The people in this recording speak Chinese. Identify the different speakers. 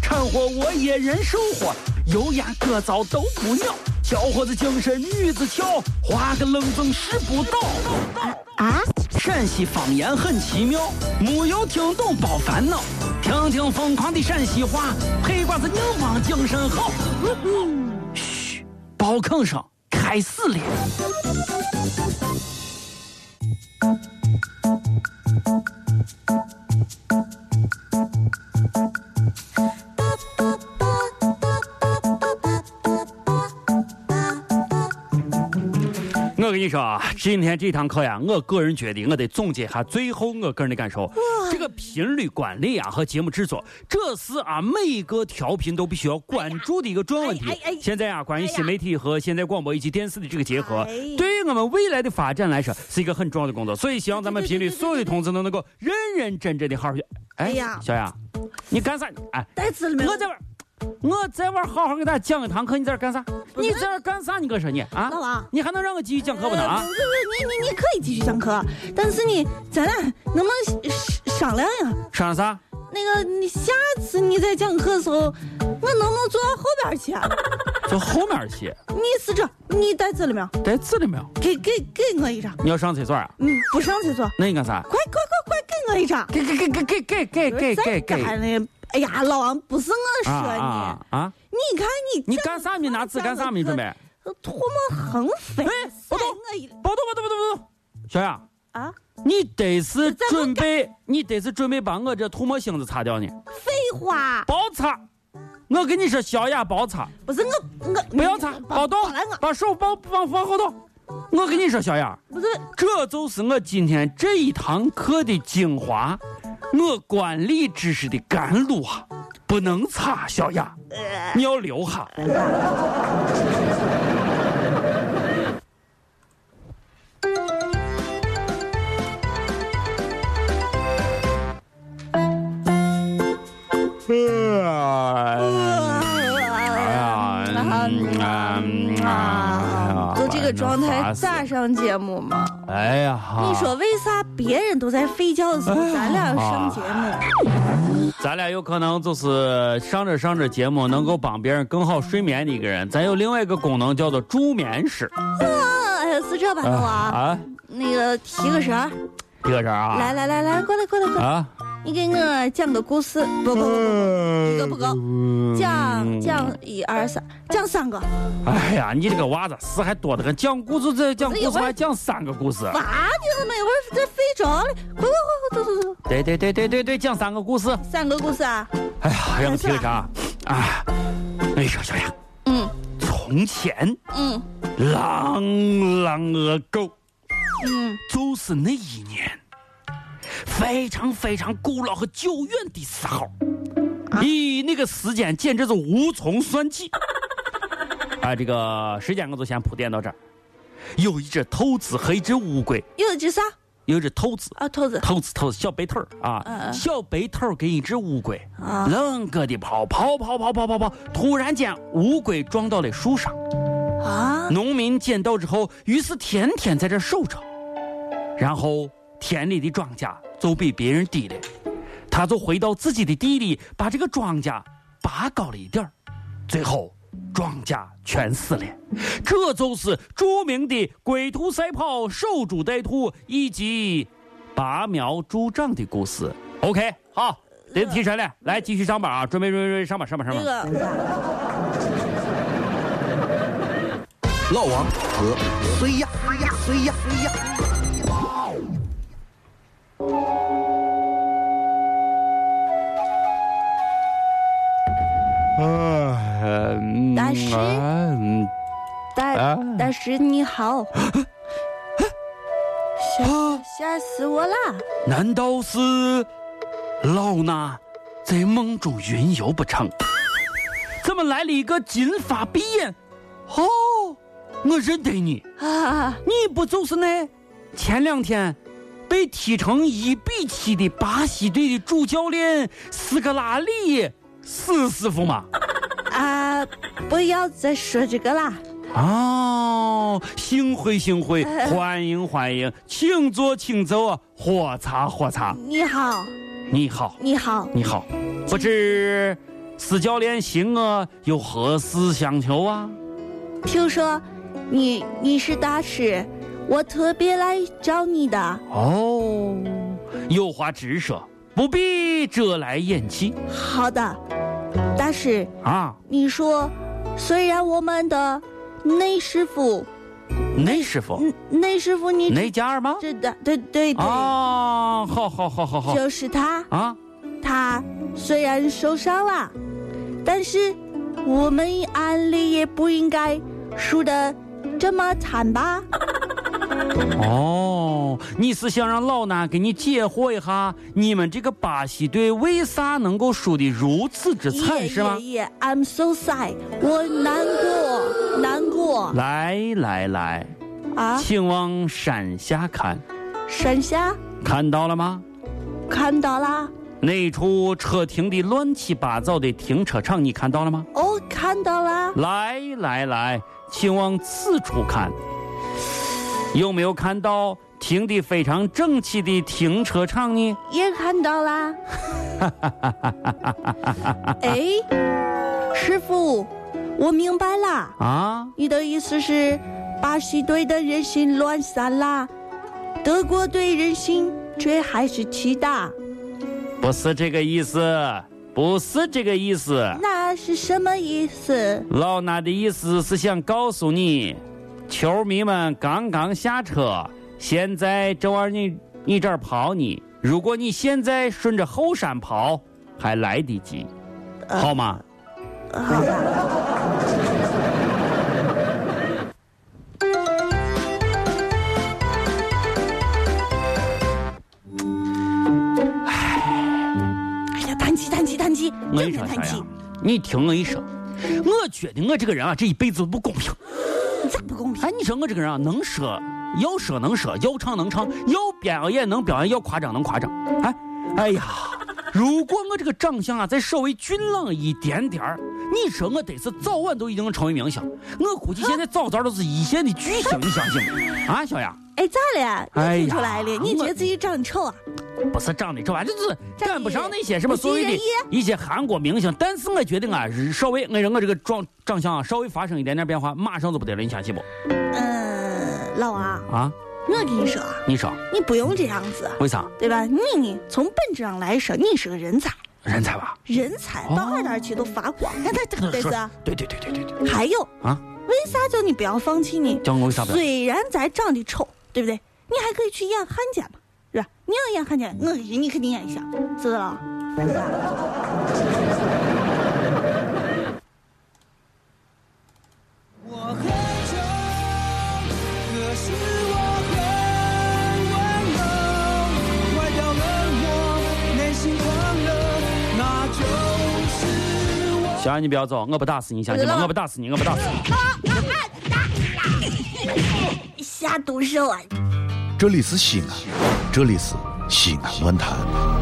Speaker 1: 掺和我也人生活，油盐各糟都不尿，小伙子精神女子俏，花个愣风拾不到。
Speaker 2: 啊，
Speaker 1: 陕西方言很奇妙，没有听懂别烦恼，听听疯狂的陕西话，黑瓜子硬邦精神好。嘘，包吭声开始了。我跟你说啊，今天这堂课呀，我个人觉得我得总结一下最后我个人的感受。这个频率管理啊和节目制作，这是啊每一个调频都必须要关注的一个重要问题
Speaker 2: 哎呀哎哎哎。
Speaker 1: 现在啊，关于新媒体和现在广播以及电视的这个结合
Speaker 2: 哎，
Speaker 1: 对于我们未来的发展来说是一个很重要的工作。所以希望咱们频率所有的同志都能够认认真真的好好学。
Speaker 2: 哎
Speaker 1: 哎
Speaker 2: 呀
Speaker 1: 小杨，你干啥呢？哎，
Speaker 2: 带刺了没有
Speaker 1: 我？在玩，我在玩，好好给大家讲一堂课，你在这干啥？你在这干啥？你跟我说你啊
Speaker 2: 老王？
Speaker 1: 你还能让我继续讲课不能啊
Speaker 2: 呃？你你你你可以继续上课，但是你咱俩能不能商商量呀？
Speaker 1: 商量啥？
Speaker 2: 那个，你下次你在讲课的时候，我能不能坐到后边去啊？
Speaker 1: 坐后面去，
Speaker 2: 你是这，你带刺了没有？
Speaker 1: 带字了没有？
Speaker 2: 给给给我一张。
Speaker 1: 你要上厕所啊？
Speaker 2: 嗯，不上厕所，
Speaker 1: 那你干啥？
Speaker 2: 快快快快给我一张。
Speaker 1: 给给给给给给给给给
Speaker 2: 再
Speaker 1: 给！
Speaker 2: 呢？哎呀，老王，不是我说你，
Speaker 1: 啊啊！
Speaker 2: 你看你
Speaker 1: 你
Speaker 2: 这
Speaker 1: 干啥？
Speaker 2: 么
Speaker 1: 你拿纸干啥？没准备？
Speaker 2: 唾沫横飞。
Speaker 1: 哎不动
Speaker 2: 我一
Speaker 1: 别动！别动！别动！别动！小杨，
Speaker 2: 啊，
Speaker 1: 你得是准备，你得是准备把我这涂抹星子擦掉呢，
Speaker 2: 废话，
Speaker 1: 包擦。我跟你说，小雅包擦，
Speaker 2: 不是我我
Speaker 1: 不要擦，包动
Speaker 2: 来我，
Speaker 1: 把手包往往后动。我跟你说，小雅，
Speaker 2: 不是
Speaker 1: 这就是我今天这一堂课的精华，我管理知识的甘露啊，不能擦，小雅，你要留下。
Speaker 2: 啊
Speaker 1: 嗯啊
Speaker 2: 就这个状态
Speaker 1: 烦死了
Speaker 2: 咋上节目嘛？
Speaker 1: 哎呀，
Speaker 2: 你说为啥别人都在睡觉的时候，咱俩要上节目？
Speaker 1: 咱俩有可能就是上着上着节目，能够帮别人更好睡眠的一个人。咱有另外一个功能叫做助眠师。
Speaker 2: 啊，是这吧，老王，
Speaker 1: 啊，
Speaker 2: 那个提个神儿，
Speaker 1: 这个人啊，
Speaker 2: 来来来来，过来过来过来，
Speaker 1: 啊，
Speaker 2: 你给我讲个故事，不不不不。
Speaker 1: 一
Speaker 2: 个不够讲讲一二三，讲三个
Speaker 1: 哎呀，你这个娃子事还多得很，讲故事这讲故事还讲三个故事。
Speaker 2: 娃你怎么一会儿再睡着啊了？快快快快走走走，
Speaker 1: 对对对对对对，讲三 个故事。
Speaker 2: 三个故事啊，
Speaker 1: 哎呀，让我提个啥？啊，哎呀，小呀，
Speaker 2: 嗯
Speaker 1: 从前
Speaker 2: 嗯
Speaker 1: 浪浪个狗。
Speaker 2: 嗯，
Speaker 1: 就是那一年，非常非常古老和久远的时候，
Speaker 2: 啊
Speaker 1: 咦、那个时间简直是无从算起。 啊，这个时间我就先铺垫到这儿。有一只兔子和一只乌龟，
Speaker 2: 又一只啥
Speaker 1: 有一只兔子，
Speaker 2: 啊？兔子
Speaker 1: 兔子兔子小白兔儿啊，
Speaker 2: 嗯嗯
Speaker 1: 小白兔儿跟一只乌龟，
Speaker 2: 啊
Speaker 1: 愣个的跑跑跑跑跑跑跑，突然间乌龟撞到了树上。
Speaker 2: 啊
Speaker 1: 农民捡到之后，于是天天在这守着，然后田里的庄稼就比别人低了，他就回到自己的地里，把这个庄稼拔高了一点儿，最后庄稼全死了。这就是著名的龟兔赛跑、守株待兔以及拔苗助长的故事。OK，好，得提神了，来继续上班啊！准备准备准备上班上班上
Speaker 2: 那
Speaker 1: 班。
Speaker 2: 个
Speaker 3: 老王和谁呀？谁呀？谁呀？谁呀？
Speaker 1: 呃嗯
Speaker 2: 大师
Speaker 1: 嗯
Speaker 2: 大
Speaker 1: 啊
Speaker 2: 大师你好，吓吓死我啦！
Speaker 1: 难道是老衲在梦中云游不成？这么来了一个金发碧眼，哦，我认得你，
Speaker 2: 啊，
Speaker 1: 你不就是那前两天被踢成一比七的巴西队的主教练斯科拉里史师傅吗？
Speaker 2: 啊，不要再说这个啦！
Speaker 1: 哦，幸会幸会， 欢迎欢迎，请坐请坐啊，喝茶喝茶。
Speaker 2: 你好，
Speaker 1: 你好，
Speaker 2: 你好，
Speaker 1: 你好，不知史教练寻我有啊何事相求啊？
Speaker 2: 听说你你是大使，我特别来找你的。
Speaker 1: 哦，有话直说，不必遮来掩去
Speaker 2: 好的，大使，
Speaker 1: 啊。
Speaker 2: 你说，虽然我们的内师傅，
Speaker 1: 内师傅，
Speaker 2: 嗯内师傅你
Speaker 1: 内加尔吗？
Speaker 2: 知道，对对对，
Speaker 1: 啊，好好好好好
Speaker 2: 就是他，
Speaker 1: 啊，
Speaker 2: 他虽然受伤了，但是我们按理也不应该输的这么惨吧？
Speaker 1: 哦，你是想让老衲给你解惑一下，你们这个巴西队为啥能够输得如此之惨，是吗？
Speaker 2: 爷爷，I'm so sad，我难过，难过
Speaker 1: 来来来，
Speaker 2: 啊！
Speaker 1: 请往山下看，
Speaker 2: 山下
Speaker 1: 看到了吗？
Speaker 2: 看到啦，
Speaker 1: 那处车停的乱七八糟的停车场，你看到了吗？
Speaker 2: 哦，看到啦，
Speaker 1: 来来来，请往此处看，有没有看到停的非常整齐的停车场呢？
Speaker 2: 也看到 啦。哎，师傅，我明白啦，
Speaker 1: 啊，
Speaker 2: 你的意思是巴西队的人心乱散啦，德国队人心却还是齐大，
Speaker 1: 不是这个意思，不是这个意思。
Speaker 2: 那是什么意思？
Speaker 1: 老衲的意思是想告诉你，球迷们刚刚下车，现在正往你你这儿跑呢。如果你现在顺着后山跑，还来得及，
Speaker 2: 呃
Speaker 1: 好吗？
Speaker 2: 好吧，哎呀，叹气叹气叹气，
Speaker 1: 我
Speaker 2: 真
Speaker 1: 跟你
Speaker 2: 的
Speaker 1: 说
Speaker 2: 叹
Speaker 1: 啥
Speaker 2: 气
Speaker 1: 呀，？你听我一说，我觉得我这个人啊，这一辈子不公平。
Speaker 2: 咋不公平？
Speaker 1: 哎，你说我这个人啊，能说，要说能说，要唱能唱，要表演能表演，要夸张能夸张。哎，哎呀，如果我这个长相啊再稍微俊朗一点点儿，你说我得是早晚都已经成为明星。我估计现在早早都是一线的巨星，你相信吗？啊，小杨，
Speaker 2: 哎，咋了呀？
Speaker 1: 哎
Speaker 2: 你
Speaker 1: 呀
Speaker 2: 听出来了？你觉得自己长得丑啊？
Speaker 1: 不是长得这玩意儿，就是赶不上那些什么
Speaker 2: 不及
Speaker 1: 所谓
Speaker 2: 人
Speaker 1: 的
Speaker 2: 意
Speaker 1: 一些韩国明星。但是我觉得啊，稍微我让我这个长长相啊稍微发生一点点变化，马上就不得了，你相信不？
Speaker 2: 嗯，老王，
Speaker 1: 啊，
Speaker 2: 我跟你说啊，
Speaker 1: 你说
Speaker 2: 你不用这样子，啊
Speaker 1: 为啥？
Speaker 2: 对吧？你呢，从本质上来说，你是个人才，
Speaker 1: 人才吧？
Speaker 2: 人才
Speaker 1: 哦
Speaker 2: 到哪儿哪儿去都发光。
Speaker 1: 那 那这个
Speaker 2: 对
Speaker 1: 说
Speaker 2: 是啊
Speaker 1: 对对对对对对
Speaker 2: 还有，
Speaker 1: 啊！
Speaker 2: 为啥叫你不要放弃呢？
Speaker 1: 叫我为啥不要？
Speaker 2: 虽然咱长得丑，对不对？你还可以去演汉奸嘛，是吧？你要演汉奸，我给你肯定演一下，知道了？
Speaker 4: 我很丑，可是我很温柔。外表冷漠，内心狂热，那就是我。
Speaker 1: 小安，你不要走，我不打死你，相信
Speaker 2: 知道
Speaker 1: 吗？
Speaker 2: 了
Speaker 1: 我不打死你，我不打死你。
Speaker 2: 下毒手啊！
Speaker 5: 这里是西安，这里是西安论坛。